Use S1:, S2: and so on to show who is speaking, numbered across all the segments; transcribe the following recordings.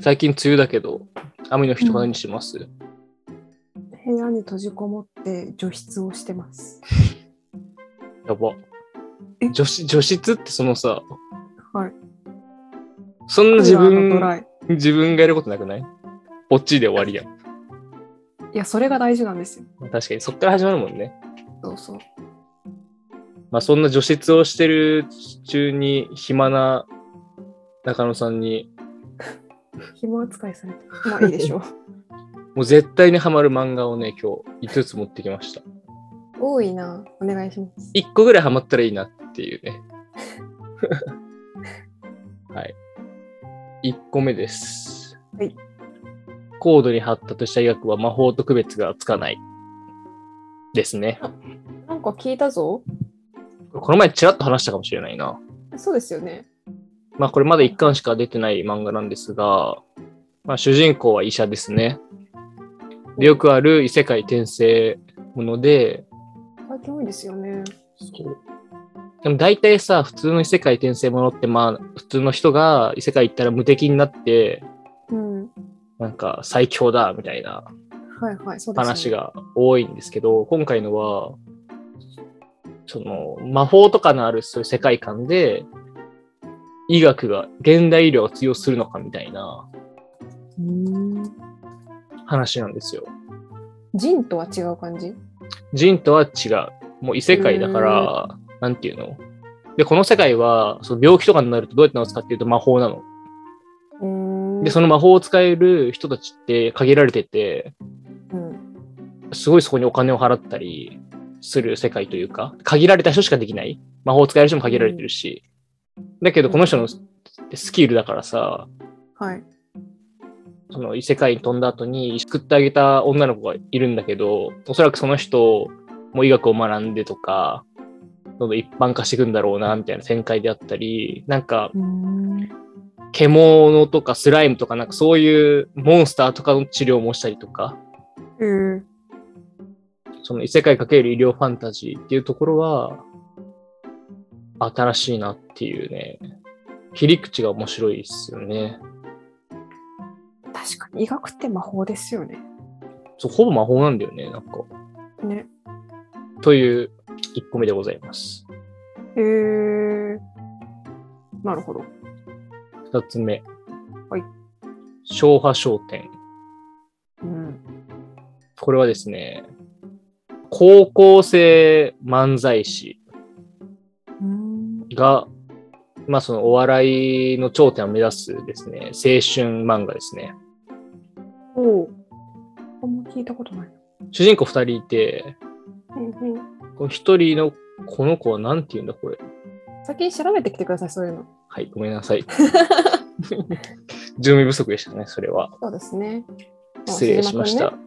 S1: 最近梅雨だけど、雨の日とか何してます、
S2: 部屋に閉じこもって除湿をしてます。
S1: やば
S2: え。
S1: 除湿除湿ってそのさ、
S2: はい。
S1: そんな自
S2: クーラーのド
S1: 分、
S2: ライ。
S1: 自分がやることなくないこっちで終わりやん。
S2: いや、それが大事なんですよ。
S1: 確かに、そっから始まるもんね。
S2: そうそう。
S1: まあ、そんな除湿をしてる中に、暇な中野さんに、
S2: 紐扱いされて。まあいいで しょう。
S1: もう絶対にハマる漫画をね、今日5つ持ってきました。
S2: 多いな。お願いします。
S1: 1個ぐらいハマったらいいなっていうね。 はい。1個目です。
S2: はい。
S1: 高度に発達した医学は魔法と区別がつかない。ですね。
S2: なんか聞いたぞ。
S1: この前ちらっと話したかもしれないな。
S2: そうですよね。
S1: まあこれまだ1巻しか出てない漫画なんですが、まあ主人公は医者ですね。でよくある異世界転生もので、
S2: 最近多いですよね。
S1: そう。でも大体さ、普通の異世界転生ものって、まあ、普通の人が異世界行ったら無敵になって、
S2: うん。
S1: なんか最強だ、みたいな
S2: はいはい。そうです、ね。
S1: 話。が多いんですけど、今回のは、その、魔法とかのあるそういう世界観で、医学が、現代医療を通用するのかみたいな
S2: うーん。
S1: 話なんですよ。
S2: 人とは違う感じ
S1: 人とは違う。もう異世界だから、なんていうので、この世界は、その病気とかになるとどうやって治すかっていうと魔法なの。
S2: うーん。
S1: で、その魔法を使える人たちって限られてて、
S2: うん。
S1: すごいそこにお金を払ったりする世界というか、限られた人しかできない。魔法を使える人も限られてるし。だけど、この人のススキルだからさ、
S2: はい。
S1: その異世界に飛んだ後に救ってあげた女の子がいるんだけど、おそらくその人も医学を学んでとか、どんどん一般化していくんだろうな、みたいな展開であったり、なんか、
S2: うーん。
S1: 獣とかスライムとか、なんかそういうモンスターとかの治療もしたりとか、
S2: うん。
S1: その異世界かける医療ファンタジーっていうところは、新しいなっていうね、切り口が面白いですよね。
S2: 確かに医学って魔法ですよね。
S1: そう、ほぼ魔法なんだよね、なんか。
S2: ね。
S1: という1個目でございます。
S2: へえ。なるほど。
S1: 2つ目。
S2: はい。
S1: 昭和商店。
S2: うん。
S1: これはですね、高校生漫才師
S2: うん。
S1: が、まあそのお笑いの頂点を目指すですね、青春漫画ですね。
S2: おう。あんま聞いたことない。
S1: 主人公2人いて、
S2: うんうん。
S1: この一人のこの子は何て言うんだこれ。
S2: 先に調べてきてください、そういうの。
S1: はい、ごめんなさ い。準備不足でしたね、それは。
S2: そうですね。あ
S1: 失礼しました。
S2: しじま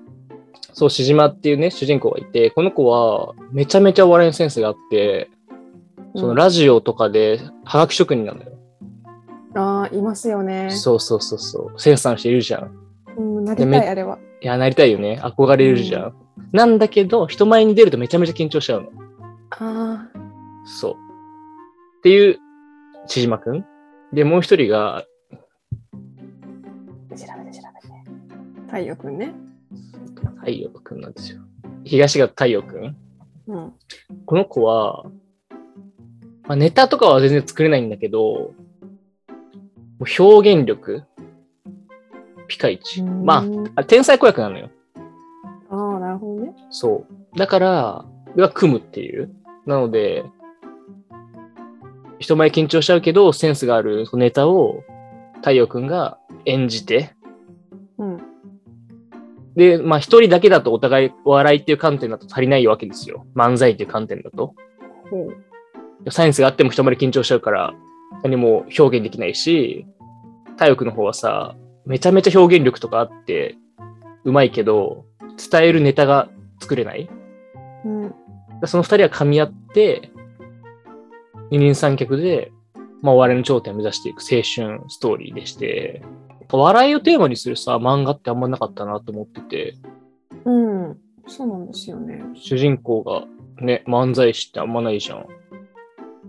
S1: そう、しじまっていうね、主人公がいて、この子はめちゃめちゃお笑いのセンスがあって、その
S2: うん
S1: ラジオとかでハガキ職人なのよ。
S2: ああ、いますよね。
S1: そうそうそうそう。センスある人いるじゃん。
S2: うん、なり
S1: で
S2: た
S1: め
S2: い、あれは。
S1: いや、なりたいよね。憧れるじゃん。なんだけど、人前に出るとめちゃめちゃ緊張しちゃうの。
S2: ああ、
S1: そう。っていう、しじまくん。で、もう一人が、
S2: 調べて調べて。太陽くんね。
S1: 太陽くんなんですよ。東が太陽くん。
S2: うん。
S1: この子は、まあ、ネタとかは全然作れないんだけど、もう表現力、ピカイチ。まあ、天才子役なのよ。
S2: あ。ああ、なるほどね。
S1: そう。だから、が組むっていう。なので、人前緊張しちゃうけど、センスがあるそのネタを太陽くんが演じて、
S2: うん。
S1: で、まあ一人だけだとお互いお笑いっていう観点だと足りないわけですよ。漫才っていう観点だと。
S2: ほう。
S1: サイエンスがあっても人まで緊張しちゃうから、何も表現できないし、体育の方はさ、めちゃめちゃ表現力とかあって、うまいけど、伝えるネタが作れない。
S2: うん。
S1: その二人は噛み合って、二人三脚で、まあ、お笑いの頂点を目指していく青春ストーリーでして、笑いをテーマにするさ、漫画ってあんまなかったなと思ってて、
S2: うん。そうなんですよね。
S1: 主人公がね、漫才師ってあんまないじゃん。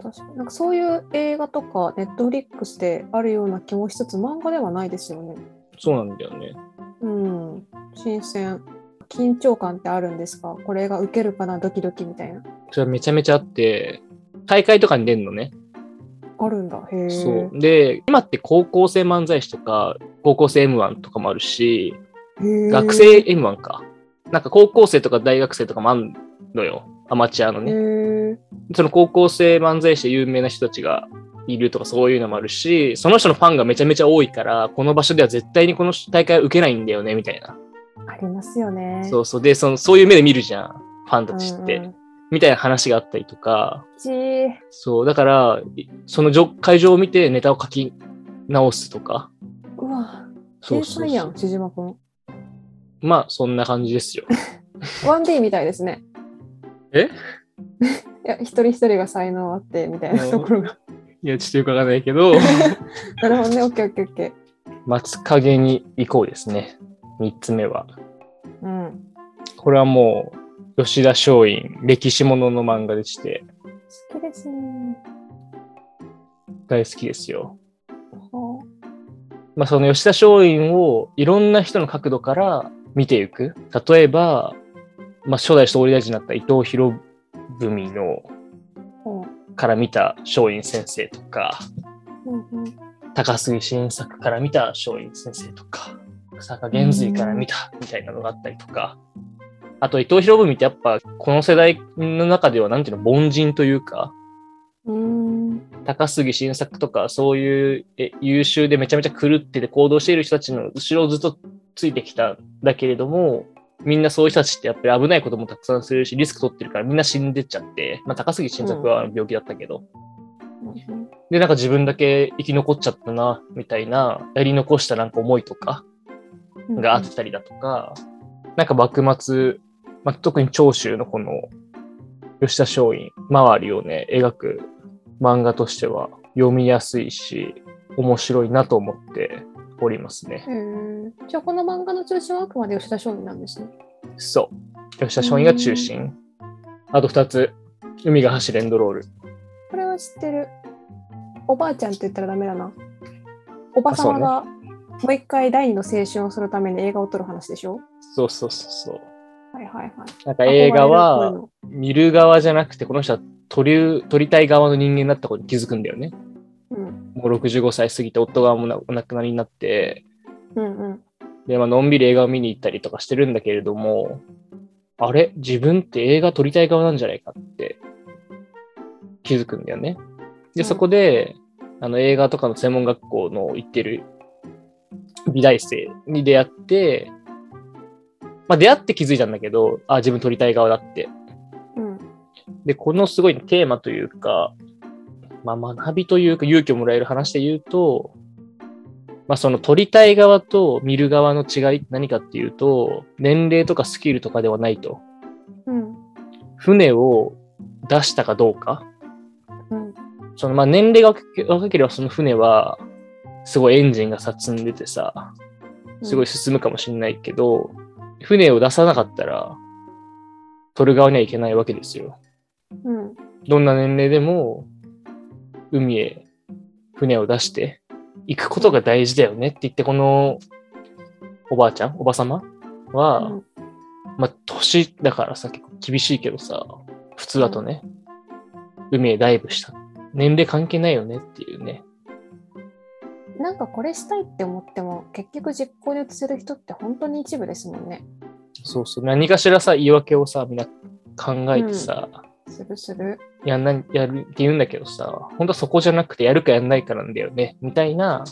S2: 確かに。なんかそういう映画とか、ネットフリックスであるような気もしつつ、漫画ではないですよね。
S1: そうなんだよね。
S2: うん、新鮮。緊張感ってあるんですかこれが受けるかな、ドキドキみたいな。
S1: それはめちゃめちゃあって、大会とかに出るのね。
S2: あるんだ。へえ。
S1: そう。で、今って高校生漫才師とか、高校生 M1 とかもあるし、
S2: へえ
S1: 学生 M1 か。なんか高校生とか大学生とかもあんのよ。アマチュアのね。
S2: へえ。
S1: その高校生漫才師で有名な人たちがいるとかそういうのもあるし、その人のファンがめちゃめちゃ多いから、この場所では絶対にこの大会は受けないんだよね、みたいな。
S2: ありますよね。
S1: そうそう。で、その、そういう目で見るじゃん。ファンたちっ
S2: うんう
S1: て
S2: ん。。
S1: みたいな話があったりとか、
S2: ちー
S1: そう。だから、いそのじょ会場を見てネタを書き直すとか。
S2: うわ。
S1: そう
S2: 天
S1: そう
S2: 才や
S1: そ
S2: ん、しじまくん。
S1: う。まあ、そんな感じですよ。
S2: ワンディみたいですね。
S1: え
S2: いや、一人一人が才能あって、みたいなところが。
S1: いや、ちょっとよくわかんないけど、
S2: なるほどね、オッケーオッケーオッケ
S1: 松陰に行こうですね。三つ目は。
S2: ー。うん。
S1: これはもう、吉田松陰、歴史ものの漫画でして、
S2: 好きですね。
S1: 大好きですよ。
S2: は
S1: まあ、その吉田松陰をいろんな人の角度から見ていく。例えば、まあ、初代総理大臣になった伊藤博文の
S2: あはあ
S1: から見た松陰先生とか、
S2: うんうん
S1: 高杉晋作から見た松陰先生とか、草加玄瑞から見たみたいなのがあったりとか、あと伊藤博文ってやっぱこの世代の中ではなんていうの、凡人というか、
S2: うーん。
S1: 高杉晋作とかそういうえ優秀でめちゃめちゃ狂ってて行動している人たちの後ろをずっとついてきたんだけれどもみんなそういう人たちってやっぱり危ないこともたくさんするしリスク取ってるからみんな死んでっちゃって、まあ、高杉晋作は病気だったけど、でなんか自分だけ生き残っちゃったなみたいなやり残したなんか思いとか
S2: うん
S1: があったりだとか、なんか幕末、まあ、特に長州のこの吉田松陰周りをね描く漫画としては読みやすいし面白いなと思っておりますね。
S2: へーじゃあこの漫画の中心はあくまで吉田松陰なんですね。
S1: そう。吉田松陰が中心。あと2つ。海が走レンドロール。
S2: これは知ってる。おばあちゃんって言ったらダメだな。おばさまがもう一回第二の青春をするために映画を撮る話でしょ
S1: そうそうそうそう。
S2: はいはいはい。
S1: なんか映画
S2: 憧れる
S1: は
S2: こ
S1: 見る側じゃなくてこの人は撮り撮りたい側の人間だったことに気づくんだよね。
S2: ういうの
S1: もう65歳過ぎて夫がもうなお亡くなりになって
S2: うんうんうん。
S1: で、まあのんびり映画を見に行ったりとかしてるんだけれども、あれ自分って映画撮りたい側なんじゃないかって気づくんだよね。で、
S2: うん
S1: そこで、あの映画とかの専門学校の行ってる美大生に出会って、まあ出会って気づいたんだけど、あ、自分撮りたい側だって。
S2: うん
S1: で、このすごいテーマというか、まあ、学びというか勇気をもらえる話で言うと、まあ、その撮りたい側と見る側の違いって何かっていうと、年齢とかスキルとかではないと。
S2: うん
S1: 船を出したかどうか。
S2: うん
S1: そのまあ年齢が若け若ければその船は、すごいエンジンがさ積んでてさ、
S2: うん。
S1: すごい進むかもしれないけど、船を出さなかったら、撮る側にはいけないわけですよ。
S2: うん
S1: どんな年齢でも海へ船を出して行くことが大事だよねって言って、このおばあちゃん、おばさまは、
S2: うん
S1: まあ、年だからさ、結構厳しいけどさ、普通だとね、海へダイブした。年齢関係ないよねっていうね。
S2: なんかこれしたいって思っても結局実行に移せる人って本当に一部ですもんね。
S1: そうそう。何かしらさ、言い訳をさ、みんな考えてさ、
S2: するする。
S1: やんな、やるって言うんだけどさ、本当はそこじゃなくて、やるかやんないかなんだよね、みたいな。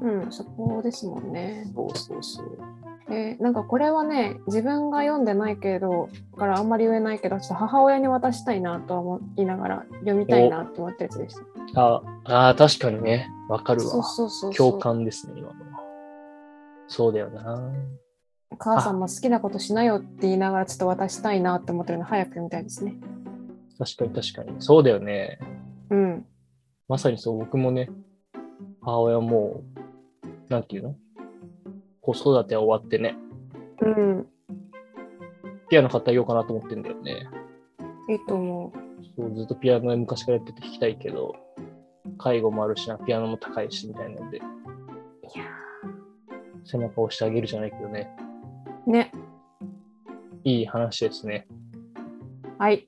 S2: うん、そこですもんね。
S1: そうそうそう。
S2: えーなんかこれはね自分が読んでないけどだからあんまり言えないけどちょっと母親に渡したいなとは思いながら読みたいなって思ったやつでした。
S1: ああー、確かにね。わかる
S2: そう
S1: わ。
S2: そうそうそう
S1: 共感ですね、今のは。そうだよな。
S2: お母さんも好きなことしなよって言いながらちょっと渡したいなって思ってるの早く読みたいですね。
S1: 確かに確かに。そうだよね。
S2: うん。
S1: まさにそう、僕もね、母親も、なんていうの子育て終わってね、
S2: うん。
S1: ピアノ買ってあげようかなと思ってんだよね。
S2: いいと思
S1: そうずっとピアノ昔からやってて弾きたいけど、介護もあるしな、ピアノも高いし、みたいなので。
S2: いや
S1: 背中を押してあげるじゃないけどね、
S2: ね。
S1: いい話ですね。
S2: はい。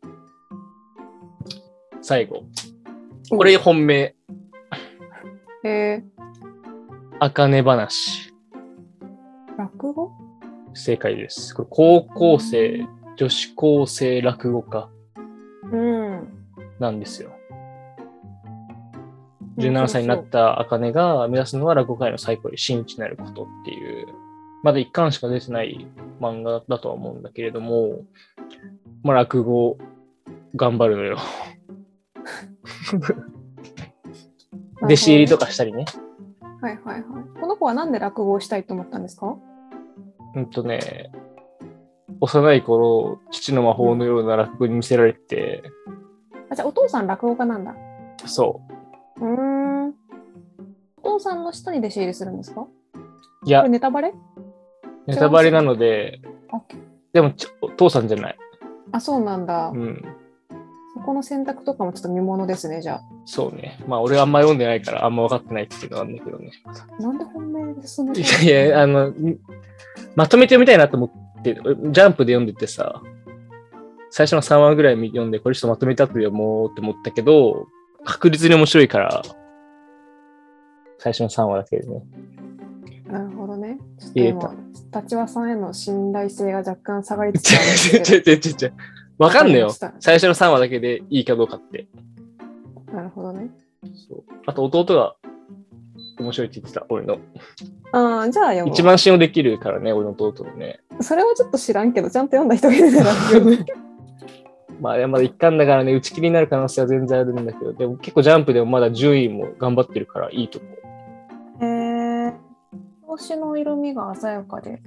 S1: 最後。これ本命、
S2: うん。え
S1: あかね話。
S2: ー、落語
S1: 正解です。これ高校生、女子高生落語家
S2: うん。
S1: なんですよ。17歳になった茜が目指すのは落語界の最高位、真知なることっていう、まだ一巻しか出てない漫画だとは思うんだけれども、まあ落語頑張るのよ。弟子入りと
S2: か。
S1: かしたりね。
S2: はいはいはい。この子はなんで落語をしたいと思ったんですか
S1: うんとね、幼い頃、父の魔法のような落語に見せられて、
S2: あ、じゃあお父さん落語家なんだ。
S1: そう。
S2: うーん。お父さんの下に弟子入りするんですかこ
S1: いや
S2: れ、ネタバレ
S1: ネタバレなので、
S2: あ
S1: でもちょ、お父さんじゃない。
S2: あ、そうなんだ、
S1: うん。
S2: そこの選択とかもちょっと見ものですね、じゃ
S1: そうね。まあ、俺あんま読んでないから、あんま分かってないっていうのはあるんだけどね。
S2: あ。なんで本命で進んで
S1: いやいや、あの、んまとめて読みたいなと思って、ジャンプで読んでてさ、最初の3話ぐらい読んで、これちょっとまとめた後で読もうって思ったけど、確実に面白いから、最初の3話だけで ね。
S2: なるほどね。ちょっと
S1: 入れ
S2: 今
S1: た、
S2: 立場さんへの信頼性が若干下がりつつ
S1: ちょ
S2: あるんですけ
S1: ち
S2: ど
S1: ょちょちょちょちょ。わかんねえよ
S2: わかりま。した
S1: 最初の3話だけでいいかどうかって。
S2: なるほどね。
S1: そうあと、弟が面白いって言ってた、俺の。
S2: ああ、じゃあ読
S1: 一
S2: むわ。
S1: 番信用できるからね、俺の弟のね。
S2: それはちょっと知らんけど、ちゃんと読んだ人がいるから読む。
S1: まあ、あれはまだ一巻だからね、打ち切りになる可能性は全然あるんだけど、でも結構ジャンプでもまだ10位も頑張ってるからいいと思う。
S2: へえ。表紙の色味が鮮やかで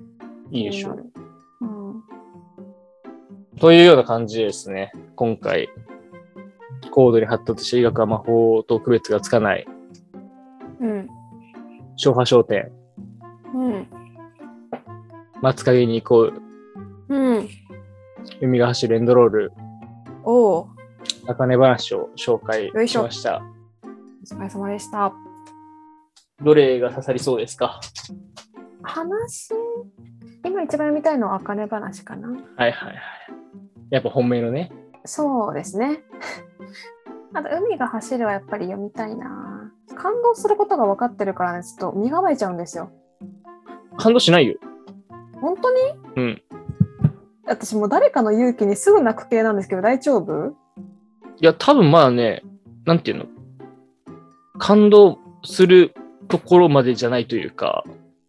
S1: いいでしょ
S2: 気
S1: う。
S2: になるうん。
S1: というような感じですね。今回、高度に発達した医学は魔法と区別がつかない、
S2: うん。
S1: 昭和商店、
S2: うん。
S1: 松陰に行こう、
S2: うん。
S1: 海が走るエンドロール、
S2: おお、
S1: 茜話を紹介
S2: よいし
S1: し
S2: ょ
S1: ました。
S2: お疲れ様でした。
S1: どれが刺さりそうですか
S2: 話、今一番読みたいのは、あかね話かな。
S1: はいはいはい。やっぱ本命のね。
S2: そうですね。 あと、海が走るはやっぱり読みたいな。感動することが分かってるからね、ちょっと身構えちゃうんですよ。
S1: 感動しないよ。
S2: 本当に
S1: うん。
S2: 私もう誰かの勇気にすぐ泣く系なんですけど、大丈夫
S1: いや、多分まだね、なんていうの、感動するところまでじゃないというか、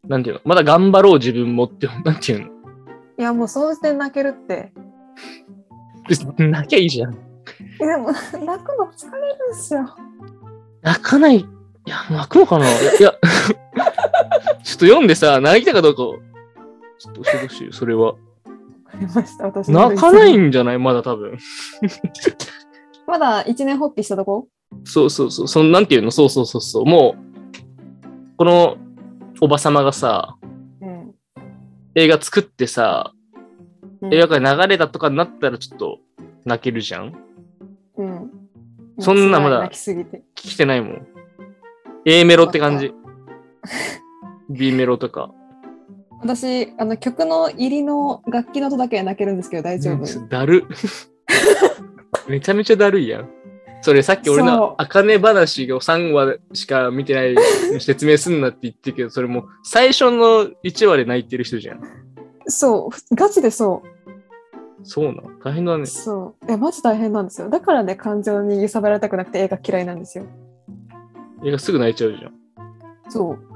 S1: なんていうの、まだ頑張ろう自分もって、なんていう
S2: いや、もうそうして泣けるって。
S1: の、泣きゃいいじゃん。
S2: えでも、 泣くの疲れるんですよ。
S1: 泣かない、いや、泣くのかないや、い やちょっと読んでさ、泣いたかどうかを、ちょっと教えてほしい、それは。
S2: わかりました、私の
S1: 泣かないんじゃないまだ多分。
S2: まだ一年発起したとこ
S1: そうそうそう、その、なんていうの、そうそうそうそう、もう、この、おばさまがさ、
S2: うん。
S1: 映画作ってさ、
S2: うん
S1: 映画館に流れたとかになったらちょっと泣けるじゃん
S2: うん。
S1: そんなまだ
S2: 泣きすぎて。
S1: 聞きてないもん。A メロって感 じ。B メロとか。
S2: 私、あの曲の入りの楽器の音だけは泣けるんですけど大丈夫。
S1: だる。 めちゃめちゃだるいやん。それさっき俺
S2: そう
S1: のあかね話を3話しか見てないのに説明すんなって言ってるけど、それもう最初の1話で泣いてる人じゃん。
S2: そう、ガチでそ
S1: そうなの大変だね
S2: う。。そう。え、マジ大変なんですよ。だからね、感情に揺さぶられたくなくて映画嫌いなんですよ。
S1: 映画すぐ泣いちゃうじゃん。
S2: そう。